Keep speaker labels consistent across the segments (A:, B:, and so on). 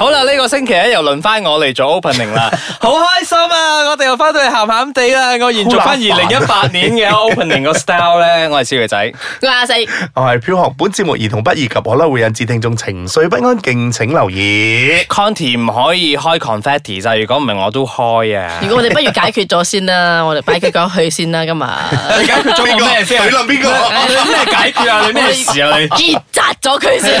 A: 好啦，呢、個星期咧又輪翻我嚟做 opening 啦，好開心啊！我哋又翻到去鹹鹹地啦，我延續翻二零一八年 嘅 opening 個 style 咧，我係小女仔。
B: 我阿四，
C: 我係飄學，本節目兒童不宜及可能會引致聽眾情緒不安，敬請留意。
A: Conti 唔可以開 confetti 咋，如果唔係我都開啊。
B: 如果我哋不如解決咗先啦，我哋擺佢講去先啦，啊 今日
A: 你解決咗我咩先？啊哎
C: 邊個懟冧 邊個
A: 你咩解決啊？你咩事啊？你
B: 結紮咗佢先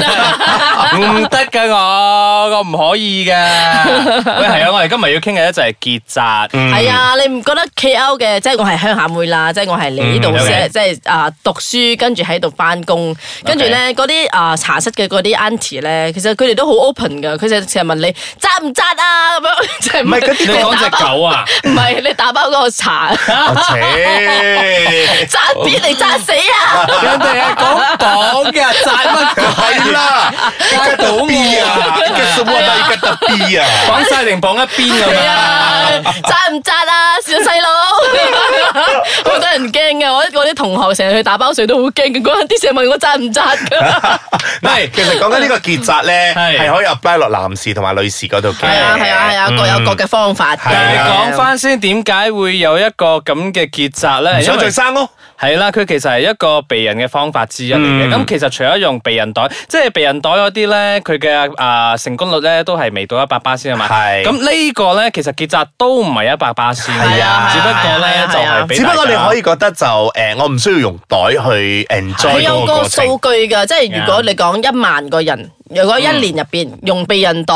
B: 啦。
A: 唔得噶我，我唔可以噶。 喂，係啊，我哋今日要傾嘅咧就係結紮。
C: 嗯
B: 係啊，你唔覺得 K.O. 嘅，即係我係鄉下妹啦，即係我係你呢度
A: 嗯，OK
B: 即係啊讀書，跟住喺度翻工，跟住咧嗰啲啊茶室嘅嗰啲 auntie 咧，其實佢哋都好 open 噶，佢就成日問你紮唔紮啊咁樣， 即係
C: 唔係嗰
A: 你
C: 啲
A: 講隻狗啊？
B: 唔係你打包嗰 個茶，
C: 我 切，
B: 扎邊嚟扎死啊！
A: 人哋係講講嘅，紮乜鬼
C: 係啦，
A: 哎
C: 一吉特 B 啊，一吉什麼啊，一吉特 B 啊，
A: 綁晒定綁一邊咁
B: 係啊
A: 啊？，
B: 紮唔紮啊，小細佬？ 好多人驚嘅，我我啲同學成日去打包水都好驚嘅，嗰陣啲成日問我紮唔紮噶。
A: 唔 係
C: 其實講緊呢個結紮咧，
A: 係
C: 係可以 apply 落男士同埋女士嗰度嘅。
B: 係啊係啊係啊，各有各嘅方法嘅。
C: 嗯係啊
A: 但係講翻先，點解會有一個咁嘅結紮咧？因
C: 想
A: 為
C: 再生咯，
A: 係啦，佢其實係一個避孕嘅方法之一嚟
C: 嗯
A: 嘅。咁、其實除咗用避孕袋，即係避孕袋嗰啲咧，佢嘅啊成功率咧都係未到一百巴仙啊嘛。
C: 係
A: 咁呢個咧，其實結紮都唔係一百巴仙，
C: 係啊
A: 只不過
B: 係
A: 咧
B: 啊
A: 就
B: 係啊
A: 係俾
C: 只不過
A: 大
C: 你
A: 家
C: 可以覺得就誒，我唔需要用袋去 enjoy
B: 佢
C: 嗰
B: 有
C: 個
B: 啊個
C: 過
B: 數
C: 程。
B: 據㗎，即係如果你講一萬個人，如果一年入邊用避孕袋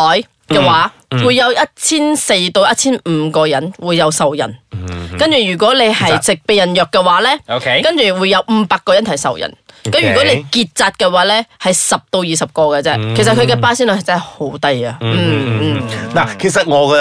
B: 嘅話，會有一千四到一千五個人會有受孕。跟住如果你係食避孕藥嘅話咧
A: OK
B: 跟住會有五百個人係受孕。咁
C: OK
B: 如果你結紮嘅話咧，係十到二十個嘅啫。其實佢嘅巴仙率真係好低啊。嗯嗯，
C: 嗱，其實我嘅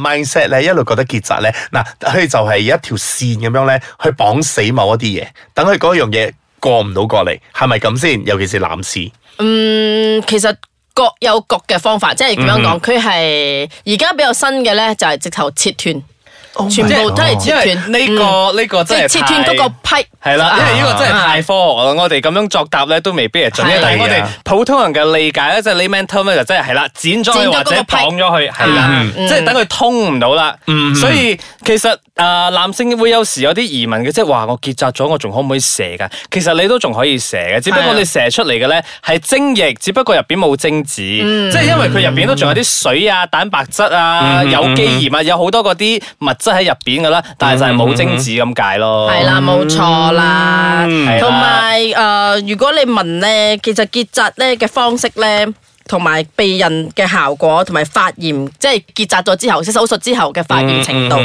C: mindset 咧，一路覺得結紮咧，嗱，佢就係有一條線咁樣咧，去綁死某一啲嘢，等佢嗰樣嘢過唔到過嚟，係咪咁先？尤其是男士，
B: 嗯，其實各有各嘅方法，即係點樣
A: 嗯
B: 講？佢係而家比較新嘅咧，就係直頭切斷。全部都係切
A: Oh
B: 斷
A: 因為呢個呢個
B: 即
A: 真
B: 係
A: 係
B: 切斷嗰個批，
A: 係啦，因
B: 啊
A: 為呢個真係太科學啦，我哋咁樣作答咧都未必係準嘅
B: 係。啊
A: 但係我哋普通人嘅理解咧，即係 layman term 咧就真係係啦，剪咗佢
B: 剪咗嗰
A: 或
B: 個嗯
A: 者
B: 批
A: 綁咗佢，係啦，即係等佢通唔到啦。
B: 嗯
A: 所以其實啊，男性會有時有啲疑問嘅，即係話我結紮咗，我仲可唔可以射㗎？其實你都仲可以射嘅，只不過
B: 係啊
A: 你射出嚟嘅咧係精液，只不過入邊冇精子，
B: 嗯
A: 即係因為佢入邊都仲有啲水啊、蛋白質啊、有機鹽啊，有好多嗰啲物質喺入邊㗎啦，但係就係冇精子咁解咯。
B: 係啦，冇錯嗯啦。
A: 係啦
B: 同埋誒，呃如果你問咧，其實結紮咧嘅方式咧。同埋避孕嘅效果，同埋發炎，即係結紮咗之後，即係手術之後嘅發炎程度，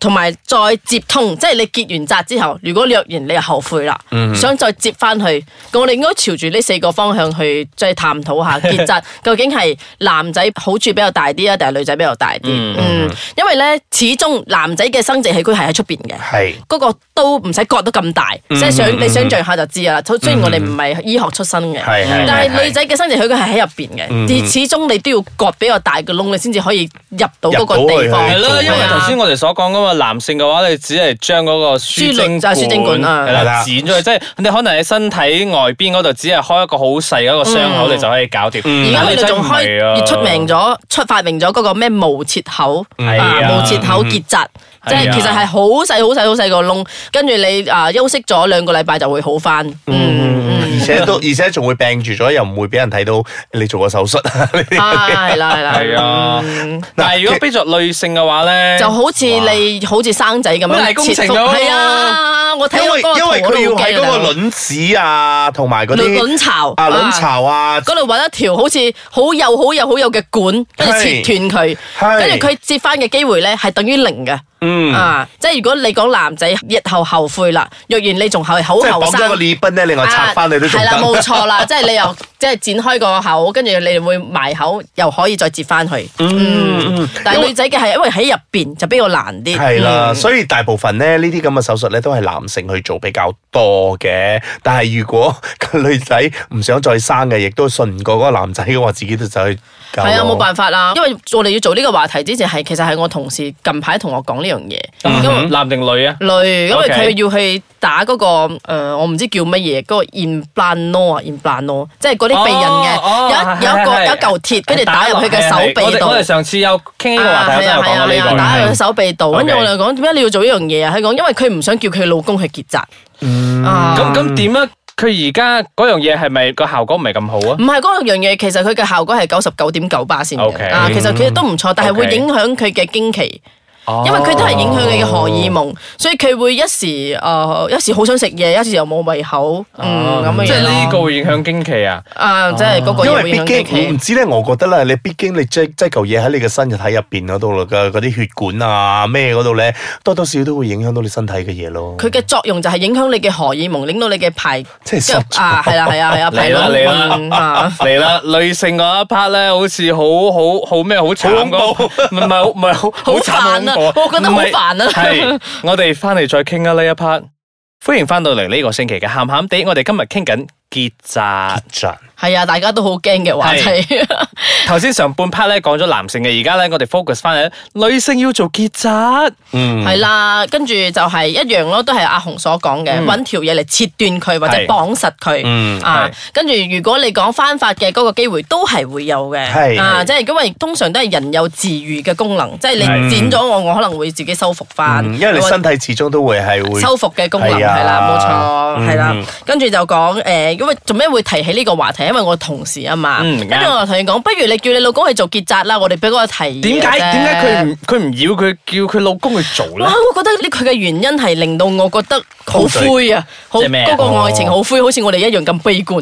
B: 同埋、再接通，即係你結完紮之後，如果若然你又後悔啦，想再接翻去，咁我哋應該朝住呢四個方向去再探討下結紮 究竟係男仔好處比較大啲啊，定係女仔比較大啲？嗯，因為咧，始終男仔嘅生殖器官係喺出邊嘅。
C: 係
B: 嗰個都唔使割得咁大，即係想你想象下就知啦。雖然我哋唔係醫學出身嘅
C: 係係，
B: 但
C: 係係
B: 係女仔嘅生殖器官係喺入邊嘅，而始終你都要割比較大嘅窿，你先至可以入到嗰個地方。
C: 入到去
A: 係
C: 去
A: 咯，
C: 做
A: 因為頭先我哋所講噶嘛，男性嘅話，你只係將嗰個輸精
B: 輸精管啊
A: 係
C: 係
A: 啦
C: 啦
A: 剪咗佢，即係你可能喺身體外邊嗰度只係開一個好細嘅一個傷口，你就可以搞掂。
B: 而
A: 而
B: 家佢哋仲開
A: 啊
B: 而出名
A: 咗，
B: 咗，出發明咗嗰個咩無切口
A: 係
B: 啊，
A: 啊
B: 無切口結紮，即係其實係好細好細好細個窿，跟住你啊休息咗兩個禮拜就會好翻。嗯
C: 而且都而且仲會病住咗，又唔會俾人睇到你做過手術。
B: 嗯，啊係啦係啦，
A: 係啊
B: 嗯
A: 但係如果俾作女性嘅話咧，
B: 就好似你好似生仔咁
A: 好大
B: 樣
A: 工
B: 切
A: 程
B: 腹，
A: 咯
B: 係啊！我睇
C: 因
B: 到
C: 為
B: 嗰個
C: 因為
B: 圖我
C: 佢
B: 都
C: 要
B: 好
C: 喺嗰
B: 驚
C: 個
B: 啦。
C: 卵子啊，同埋嗰啲
B: 卵卵啊巢
C: 啊，卵巢啊，
B: 嗰度揾一條好似好幼好幼好幼嘅管，跟住切
C: 係
B: 斷佢，
C: 係
B: 跟住佢接翻嘅機會咧係等於零嘅。嗯啊，即係如果你講男仔日後後悔啦，若然你仲係好
C: 即係
B: 後
C: 綁咗個
B: 生。啊
C: 裂賓咧，另外拆翻你都仲
B: 係啦，
C: 得。
B: 冇錯啦，即 係你又即係剪開個口，跟住你會埋口，又可以再接翻去。嗯，但係女仔嘅係因為喺入邊就比較難 啲。嗯
C: 係啦，所以大部分咧呢啲咁嘅手術咧都係男性去做比較多嘅。 但係如果個女仔唔想再生嘅，亦都信唔過嗰個男仔嘅話，自己都就去搞
B: 係啊，
C: 咯
B: 冇辦法啦，因為我哋要做呢個話題之前係其實係我同事近排同我講呢樣嘢，因為
A: 男定女啊？
B: 累，因為
A: OK
B: 佢要去打嗰、個呃我唔知叫乜嘢，嗰、個 implano 啊，implano，即係嗰啲避孕嘅，
A: 哦哦係
B: 有一有一個
A: 係係
B: 有一嚿鐵，跟住打入佢嘅手
A: 係係
B: 臂
A: 我哋我哋
B: 度。
A: 上次有傾呢個話題，
B: 係啊
A: 我都有講過
B: 係啊係啊打
A: 呢
B: 入
A: 個
B: 佢。手臂度，跟住
A: OK
B: 我哋講點解你要做呢樣嘢啊？佢講因為佢唔想叫佢老公去結紮。啊
A: 嗯咁咁點啊？佢而家嗰樣嘢係咪個效果唔係咁好啊
B: 唔？係嗰樣嘢，其實佢嘅效果係九十九點九八先
A: OK 嗯
B: 嘅。啊，其實佢都唔錯，但係會
A: OK 哦
B: 影響佢嘅經期。因為佢都係影響你嘅荷爾蒙，所以佢會一時誒、呃一時好想食嘢，一時又冇胃口，嗯咁嘅
A: 哦即係
B: 嘢咯
A: 呢個會影響經期啊？
B: 啊，即係嗰個
C: 哦因
B: 嘢
C: 為
B: 會
C: 畢
B: 影響
C: 竟我唔
B: 期。
C: 知咧，我覺得咧，你畢竟你擠擠嚿嘢喺你嘅身體入邊嗰度啦，嘅嗰啲血管啊咩嗰度咧，多多少少都會影響到你身體嘅嘢咯。
B: 佢嘅作用就係影響你嘅荷爾蒙，令到你嘅排
C: 即係濕咗
B: 啊，係啦係啊係啊，排
A: 嚟啦嚟啦
B: 卵啊，
A: 嚟啦，女性嗰一 part 咧，好似好好好咩，好慘咁，唔係好唔係好好慘
B: 好煩啊
A: 好恐怖
B: 我覺得好煩啊
A: 係，我哋翻嚟再傾啊呢一 part。歡迎翻到嚟呢個星期嘅鹹鹹地，我哋今日傾緊結 紮。
C: 窒
B: 係啊，大家都好驚嘅話題。
A: 頭先上半 part 咧講咗男性嘅，而家咧我哋 focus 翻喺女性要做結紮。
C: 嗯
B: 係啦，跟住就係一樣咯，都係阿紅所講嘅，揾條嘢嚟切斷佢或者
A: 係
B: 綁實
C: 嗯
B: 佢啊
A: 係。
B: 跟住如果你講翻法嘅嗰個機會都係會有
C: 係
B: 嘅，啊，
C: 係
B: 即係因為通常都係人有自愈嘅功能，即係你剪咗我，我可能會自己修復翻，
C: 嗯嗯因為你身體始終都會係會
B: 修復嘅功能
C: 係啊
B: 係啦，冇
C: 嗯
B: 錯，係啦
C: 嗯。
B: 跟住就講誒，因為做咩會提起呢個話題？因為我同事啊嘛，
A: 嗯
B: 跟住我同佢講，不如你叫你老公去做結紮啦，我哋俾嗰個提議
A: 點解
B: 嘅啫
A: 點解佢唔佢唔要佢叫佢老公去做咧
B: 哇！？我覺得呢佢嘅原因係令到我覺得好灰啊，哦好
A: 即係咩
B: 嗰個愛情好灰，好似我哋一樣咁悲觀。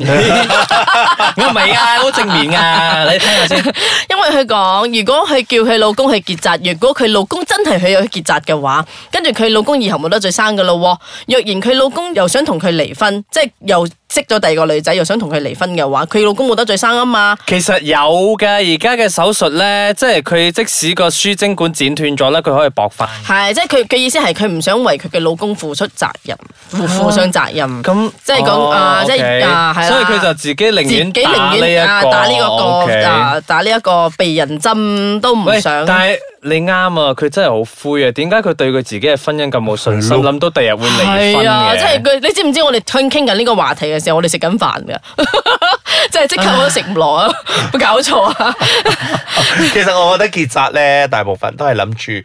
A: 我唔係啊，好正面 噶，你聽下先。
B: 因為佢講，如果佢叫佢老公去結紮，如果佢老公真係去去結紮嘅話，跟住佢老公以後冇得再生噶咯喎。若然佢老公又想同佢離婚，即係又識咗第二個女仔，又想同佢離婚嘅話，佢老公冇得再生啊嘛。
A: 其實有噶，而家嘅手術咧，即係佢即使個輸精管剪斷咗咧，佢可以駁翻。
B: 係，即係佢嘅意思係佢唔想為佢嘅老公付出責任，負負上責任。
A: 咁
B: 即係講
A: 哦
B: 啊
A: OK
B: 即係啊係啦
A: 所以佢就自己寧
B: 自己
A: 願打
B: 寧
A: 呢一
B: 願啊
A: 個哦
B: 打呢個個
A: OK
B: 啊打呢一個避孕針都唔
A: 喂，
B: 想。
A: 但係你啱啊，佢真係好灰啊！點解佢對佢自己嘅婚姻咁冇信心，
C: 係咯
A: 諗到第日會離婚
B: 係啊，
A: 嘅？
B: 即係佢，你知唔知我哋傾傾緊呢個話題嘅時候，我哋食緊飯㗎， 即係即刻我都食唔落啊！ 冇搞錯啊！
C: 其實我覺得結紮咧，大部分都係諗住誒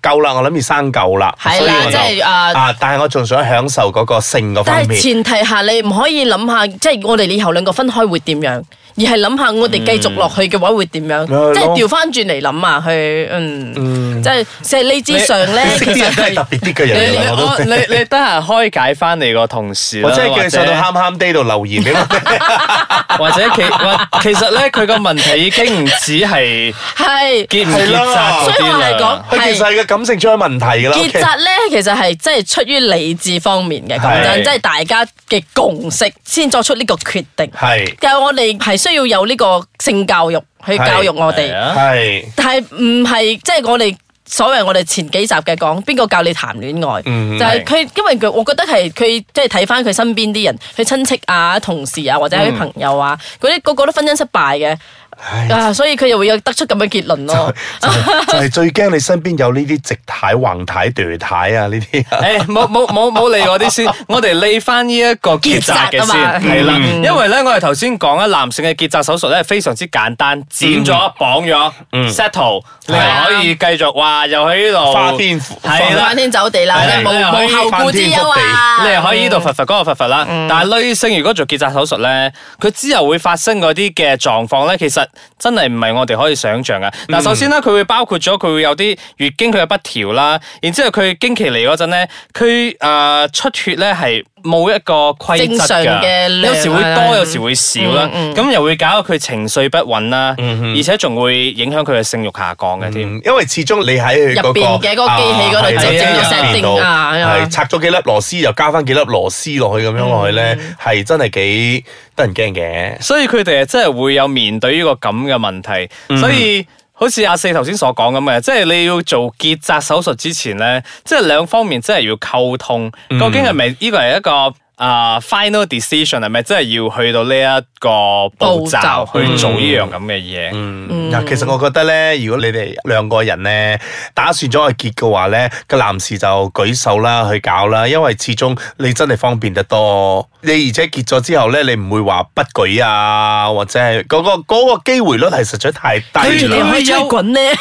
C: 夠啦，我諗住生夠啦，
B: 係
C: 所以
B: 啦
C: 我，
B: 即
C: 就
B: 係啊。
C: 啊，但係我仲想享受嗰個性嗰
B: 但
C: 方
B: 係
C: 面。
B: 前提下，你唔可以諗下，即係我哋以後兩個分開會點樣，而係諗下我哋繼續落去嘅話會點樣，
C: 嗯
B: 即係調翻轉嚟諗啊，去嗯，即係即係呢之上 咧，
C: 你識啊
B: 其
C: 啲
B: 實
C: 人都係
B: 係
C: 特別啲嘅
A: 你
C: 人嚟
A: 你
C: 㗎我
A: 我
C: 都
A: 你你得閒開解翻你個同事啦，
C: 我真係叫你上到
A: 或者
C: 喊喊 day 度留言俾我 聽。
A: 或者其或其實咧，佢個問題已經唔止係
B: 係。
A: 結唔結紮嗰
B: 所以我係
A: 啲啦
B: 講。
C: 佢其實係嘅感性出咗問題㗎啦。
B: 結
C: OK
B: 紮咧，其實係即係出於理智方面嘅，
C: 係
B: 講真，即係大家嘅共識先作出呢個決定。
C: 係
B: 但係我哋係需要有呢個性教育去
C: 係
B: 教育我
A: 係
B: 哋，
A: 啊
C: 係
B: 但係唔係即係我哋。所謂我哋前幾集嘅講，邊個教你談戀愛？
C: 嗯
B: 就係佢，因為佢，我覺得係佢即係睇翻佢身邊啲人，佢親戚啊、同事啊，或者
A: 嗯
B: 啲朋友啊，嗰啲、個個都婚姻失敗嘅，
C: 唉
B: 啊，所以佢又會有得出咁嘅結論咯。
C: 就係就係最驚你身邊有呢啲直太、橫太、墮太啊呢啲 啊。
A: 诶，哎冇冇冇冇理我啲先，我哋理翻呢一個結紮嘅
B: 結紮啊嘛
A: 先，係啦，因為咧我哋頭先講啦，男性嘅結紮手術咧係非常之簡單，剪咗綁咗 settle，你係可以繼續哇，又喺呢度
C: 花天
A: 係啦
B: 翻。哎天走地啦，
A: 係
B: 真係冇
A: 你又可以
B: 冇後顧之憂啊！
A: 你係可以呢度佛佛嗰度佛佛啦，
B: 嗯
A: 但係女性如果做結紮手術咧，佢之後會發生嗰啲嘅狀況咧，其實真係唔係我哋可以想象嘅。嗱、
B: 嗯
A: 首先啦，佢會包括咗佢會有啲月經佢嘅不調啦，然之後佢經期嚟嗰陣咧，佢誒、呃出血咧係冇一個規則
B: 正常嘅
A: 㗎，
B: 量
A: 有時會
B: 係
A: 多，
B: 啦
A: 有時會少啦，咁、
B: 嗯
A: 又會搞到佢情緒不穩啦，而且仲會影響佢嘅性慾下降嘅添。
C: 嗯因為始終你喺佢嗰
B: 入邊嘅嗰個機器嗰度
C: 啊係
A: 就整咗
C: 係
B: setting
C: 入邊度
B: 啊係啊
C: 係拆咗幾粒螺絲，又加翻幾粒螺絲落去咁樣落去咧，
B: 嗯
C: 係真係幾得人驚嘅。
A: 所以佢哋真係會有面對呢個咁嘅問題，所以。好似阿四頭先所講咁嘅，即係你要做結紮手術之前咧，即係兩方面真係要溝通，究竟係咪呢個係一個誒、啊 final decision 係咪真係要去到呢一個步
B: 步驟
A: 驟去做呢樣咁嘅嘢？
C: 嗯
B: 嗯
C: 嗱，其實我覺得咧，如果你哋兩個人咧打算咗去結嘅話咧，個男士就舉手啦，去搞啦，因為始終你真係方便得多。你而且結咗之後咧，你唔會話不舉啊，或者係嗰、個嗰、個機會率係實在太
A: 跟
C: 低
A: 住
B: 你
C: 啦。
B: 可以出去滾咧，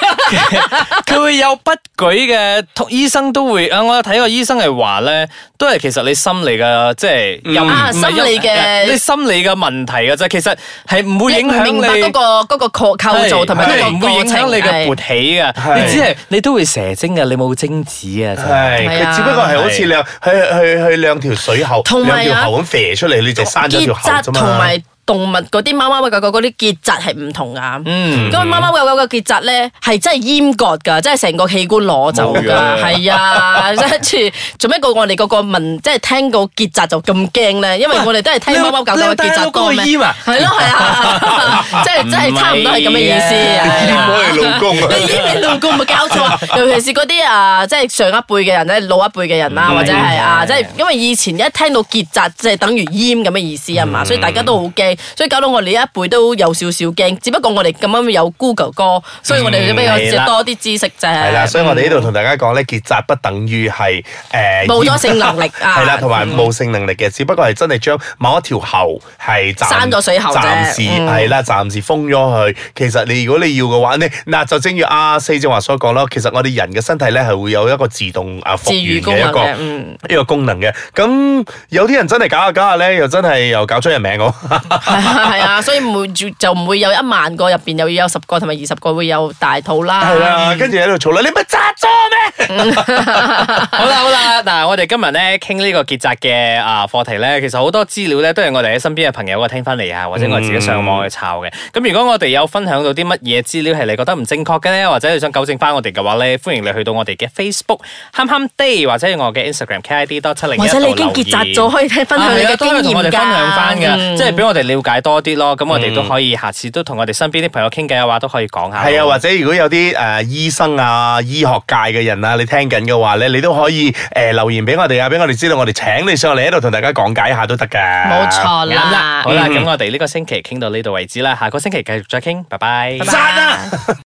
A: 佢會有不舉嘅，同醫生都會啊！我有睇過醫生係話咧，都係其實你心理嘅，即係又唔
B: 啊
A: 唔係
B: 心理嘅
A: 呃你心理嘅問題嘅啫，其實係唔會影響
B: 明白
A: 你
B: 嗰個嗰個構構造同埋
A: 係
B: 嗰
A: 唔
B: 個
A: 會
B: 過
A: 影響
B: 程
A: 你嘅勃
B: 係。
A: 起嘅，
C: 係
A: 你只係你都會射精嘅，你冇精子啊！真
C: 係，
A: 係
B: 係啊
C: 佢只不過係好似兩去去去兩條水喉，
B: 同埋
C: 兩
B: 啊
C: 條喉咁射出嚟，你就生咗條喉
B: 結紮
C: 啫嘛。
B: 同埋動物嗰啲貓貓狗狗嗰啲結紮係唔同噶。
A: 嗯
B: 咁貓貓狗狗嘅結紮咧係真係閹割㗎，真係成個器官攞走
A: 冇㗎
B: 㗎，係啊，跟住做咩個我哋個個問，即係聽過結紮就咁驚咧？因為我哋都係聽貓貓狗狗嘅結紮多咩？
A: 你有戴嗰個閹啊
B: 係咯係啊，即係即係差唔多係咁嘅意思。
A: 唔係啊
B: 係啊
C: 我係老公啊！
B: 你依你老公咪搞 錯啊！尤其是嗰啲啊，即係上一輩嘅人咧，老一輩嘅人啦，
A: 嗯
B: 或者係啊，即係因為以前一聽到結紮，即係等於閹咁嘅意思啊
A: 嗯
B: 嘛，所以大家都好驚，所以搞到我哋呢一輩都有少少驚。只不過我哋咁啱有 Google 哥，所以我哋比較
A: 嗯係啦
B: 多啲知識啫。
C: 係啦，所以我哋呢度同大家講咧，結紮不等於係誒
B: 冇咗性 能力啊
C: 係啦，同埋冇性能力嘅，只不過係真係將某一條喉係暫
B: 閂咗水喉啫
C: 暫時
B: 嗯
C: 係啦，暫時封咗佢。其實你如果你要嘅話咧，嗱就正如阿四正話所講啦，其實我哋人嘅身體咧係會有一個自動啊復
B: 自愈
C: 原
B: 功
C: 嘅
B: 能
C: 一個
B: 嘅，嗯，
C: 呢個功能嘅。咁有啲人真係搞下搞下咧，又真係又搞出人命喎。
A: 嗯
B: 係 啊係啊，所以每就唔會有一萬個入邊又要有十個同埋二十個會有大肚啦。嗯
C: 係啦，跟住喺度嘈啦，你咪紮咗咩？
A: 好啦好啦，嗱，我哋今日咧傾呢個結紮嘅啊課題咧，其實好多資料咧都係我哋喺身邊嘅朋友啊聽翻嚟啊，或者我哋自己上網去抄
B: 嗯
A: 嘅。咁、如果我哋有分享到啲乜嘢資料係你覺得唔正確嘅咧，或者你想糾正翻我哋嘅話咧，歡迎你去到我哋嘅 Facebook 喊喊 day 或者我嘅 Instagram KID 多七零一
B: 或者你已經結紮咗，可以聽分享你
A: 係
B: 嘅
A: 啊都
B: 經
A: 可以同我
B: 驗
A: 哋
B: 㗎。
A: 分享翻嘅，
B: 嗯
A: 即係俾我哋了解多啲咯。咁我哋都可以下次都同我哋身邊啲朋友傾偈嘅話，都可以講下咯。
C: 係啊，或者如果有啲誒、呃、醫生啊、醫學界嘅人啊，你聽緊嘅話咧，你都可以誒、呃留言俾我哋啊，俾我哋知道，我哋請你上嚟喺度同大家講解一下都得㗎。
B: 冇。錯
A: 啱嗯啦，
B: 啦
A: 好。啦，咁我哋呢個星期傾到呢度為止啦，下個星期繼續再傾，拜拜。
C: 啊！